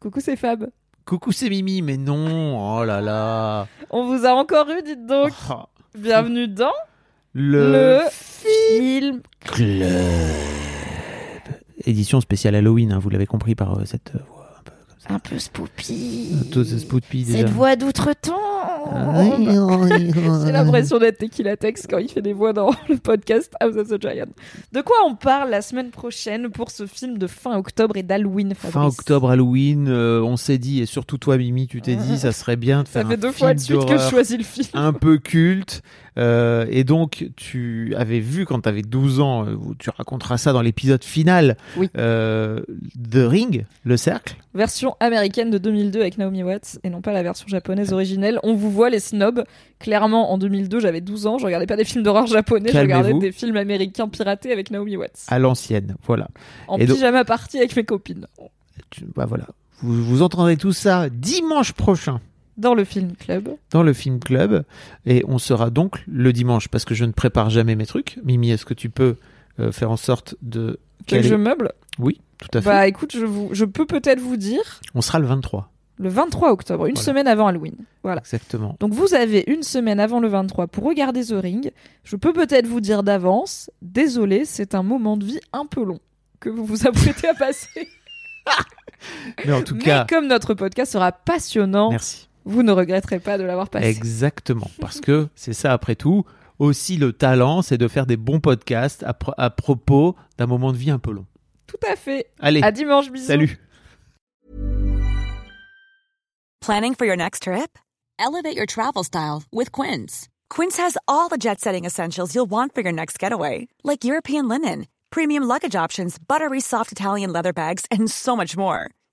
Coucou, c'est Fab. Coucou, c'est Mimi, mais non, oh là là. On vous a encore eu, dites donc. Oh, Bienvenue dans le, le film. édition spéciale Halloween, hein, vous l'avez compris par euh, cette euh, voix euh, un peu comme ça. Un peu spoopy. Tout ce spoopy déjà. Ah Cette voix d'outre-temps. J'ai hein. J'ai l'impression d'être Tequila Tex quand il fait des voix dans le podcast House of the Giant. De quoi on parle la semaine prochaine pour ce film de fin octobre et d'Halloween, Fabrice Fin octobre, Halloween, euh, on s'est dit, et surtout toi, Mimi, tu t'es dit, ça serait bien de Ça faire fait un deux film fois de suite que je d'horreur choisis le film. un peu culte. Euh, et donc, tu avais vu quand tu avais 12 ans, euh, où tu raconteras ça dans l'épisode final, Oui. euh, The Ring, le cercle. Version américaine de 2002 avec Naomi Watts et non pas la version japonaise originelle. On vous voit les snobs. Clairement, en 2002, j'avais 12 ans, je regardais pas des films d'horreur japonais, je Calmez-vous. regardais des films américains piratés avec Naomi Watts. à l'ancienne. Voilà. En et donc- pyjama party avec mes copines. Tu- bah voilà. Vous, vous entendrez tout ça dimanche prochain Dans le film club. dans le film club et on sera donc le dimanche parce que je ne prépare jamais mes trucs. Mimi, est-ce que tu peux euh, faire en sorte de Tu veux caler- que je meuble Oui, tout à fait. Bah écoute, je, vous, je peux peut-être vous dire On sera le 23. le 23 octobre, une Voilà. semaine avant Halloween. Voilà. Exactement. Donc vous avez une semaine avant le 23 pour regarder The Ring. Je peux peut-être vous dire d'avance, désolé, c'est un moment de vie un peu long que vous vous apprêtez à passer. Mais en tout Mais cas, comme notre podcast sera passionnant, merci. vous ne regretterez pas de l'avoir passé. Exactement, parce que c'est ça après tout. Aussi, le talent, c'est de faire des bons podcasts à, pro- à propos d'un moment de vie un peu long. Tout à fait. Allez, À dimanche, bisous. salut. Planning for your next trip? Elevate your travel style with Quince. Quince has all the jet setting essentials you'll want for your next getaway, like European linen, premium luggage options, buttery soft Italian leather bags, and so much more.